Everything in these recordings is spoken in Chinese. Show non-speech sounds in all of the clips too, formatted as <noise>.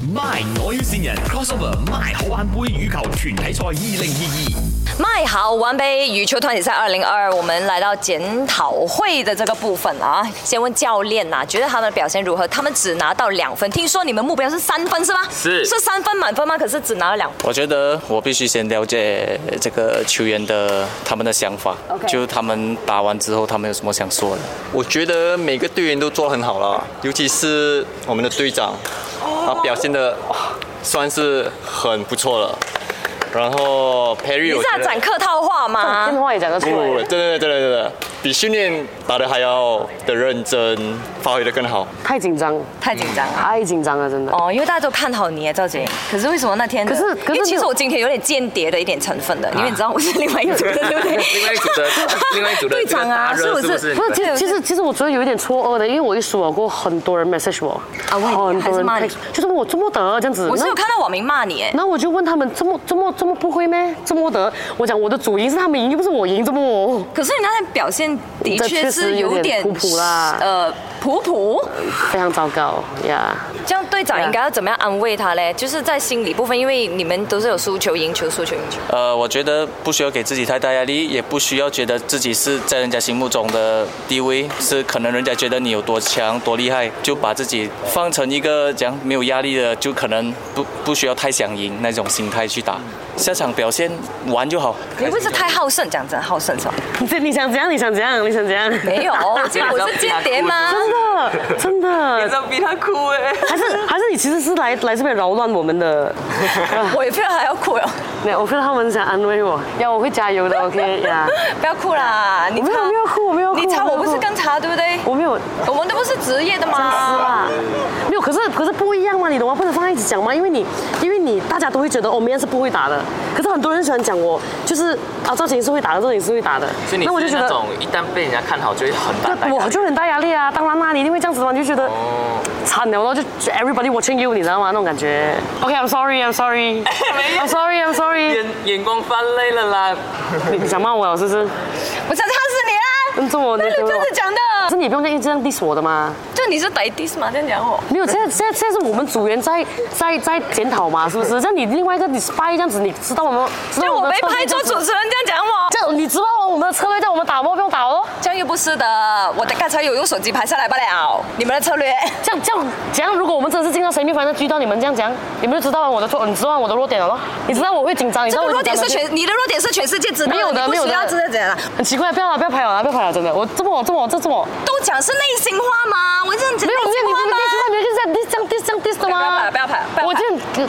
My 我要线人 crossover My 好玩杯羽球团体赛二零二二。麦好玩杯羽球团体赛二零二二，我们来到检讨会的这个部分啊。先问教练呐、觉得他们的表现如何？他们只拿到两分，听说你们目标是三分是吗？是是三分满分吗？可是只拿了两分。我觉得我必须先了解这个球员的他们的想法 OK 就他们打完之后他们有什么想说的。我觉得每个队员都做得很好了，尤其是我们的队长，哦他表现的算是很不错了。然后 Perry，你我这觉样得讲客套话吗？电话也讲得出不，来对。对对对对对，比训练打得还要的认真，发挥的更好。太紧张，太紧张了。太紧张了，真的。哦，因为大家都看好你啊，赵姐。可是为什么那天的？可是可是因为其你实有啊我今天有点间谍的一点成分的，因为你知道我是另外一组的，对不对？另外一组的另外一组的队这个长啊，大热所以我是不是是不是，其对实其实其 <laughs> 实我昨天有一点错愕的，因为我一输了过后，很多人 message 我，啊喂很还多是人骂你 text，就是问我怎么得这样子。我是有那看到网民骂你哎。然后我就问他们，这么这么这么不会咩？这么得？我讲我的主赢是他们赢，又不是我赢，这么？可是你那天表现的这确确是实有点有点普普啦呃，普普。非常糟糕呀这样队长应该要怎么样安慰他嗯嘞？就是在心理部分，因为你们都是有输球、赢球、输球、赢球。呃，我觉得不需要给自己太大压力，也不需要觉得自己是在人家心目中的地位，是可能人家觉得你有多强、多厉害，就把自己放成一个讲没有压力的，就可能不不需要太想赢那种心态去打，下场表现玩就好。你不是太好胜，讲真，好胜是 <laughs> 吧？你这你想怎样？你想怎样？你想怎样？没 <laughs> 有，我记得我是间谍吗？真的真的，逼他哭哎。还是还是你其实是来来这边扰乱我们的。我也不要还要哭啊了，没有，我看到他们想安 <laughs> 慰我，呀，我会加油的，OK 呀。不要哭啦！你我没有擦没有哭我没有哭你擦我我没有不哭是更擦对不对？我没有。我们都不是职业的嘛。啊，没有，可是可是不一样嘛，你懂吗？不能放在一起讲嘛，因为你因为你大家都会觉得哦，梅艳是不会打的，可是很多人喜欢讲我就是啊，赵婷是会打的，赵婷是会打的，所以你那我就是觉那得。种一旦被人家看好就会很大胆哦对，我就很大压力啊！当然啦、你一定会这样子嘛，你就觉得哎惨了，然后就就 everybody watching you，你知道吗？那种感觉。OK，I'm <laughs> sorry，I'm sorry，I'm sorry，I'm sorry。眼眼光翻累了啦。你你想骂我了是不是？我想唱死你嗯，啊！这么那你这样子讲的，可是你也不用这样这样 diss 我的嘛。就你是逮 dis 嘛？这样讲我。没有，现在现在现在是我们组员在在在检讨嘛，是不是？像你另外一个你 spy 这样子，你知道我们知就道我们没的策拍略桌主这样子持人这样讲我。这样你知道我们的策略叫我们打吗？不用打哦。这样又不是的，我的刚才有用手机拍下来不了。你们的策略，这样这样怎样？如果我们真的是进到 semi final 遇到你们这样讲，你们就知道我的错，你知道我的弱点了咯。你知道我会紧张，你知这道个我弱紧张点的是全，你的弱点是全世界知道的，没有的你没不有需要的知道怎样了。很奇怪，不要了，不要拍我了，不要拍我，真的，我这么这么这这么都讲是内心话吗？我这样讲没有内没有心你话们吗内？心话没有就是这样 diss 这样 diss 这样 diss 的不要拍吗了，不？要拍了，不要拍了我就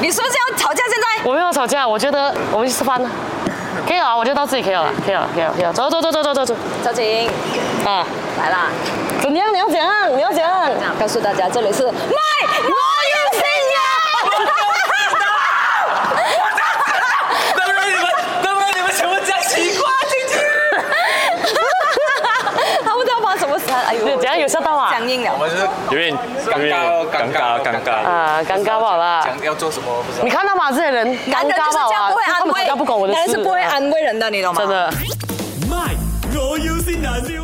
你是不是要吵架？现在我没有吵架，我觉得我们去吃饭了，可以了啊，我觉得到这里可以了，可以了，可以了，可以了，走走走走走走走赵景啊。来啦，怎么样？你要怎样？你要怎样？那告诉大家这里是 My 我有信仰。难怪你们，难怪你们全部这样奇怪进去。他不知道发生什么事，哎呦，怎样有吓到啊僵硬了。有点有点尴尬尴尬，啊，尴尬罢了。想要做什么不知道。你看到吗？这些人男尴人就是尬这罢样，了不会啊他安们慰，吵架不关我的男事。人是不会安慰人的，你懂吗？真的。 My 我要线人，笑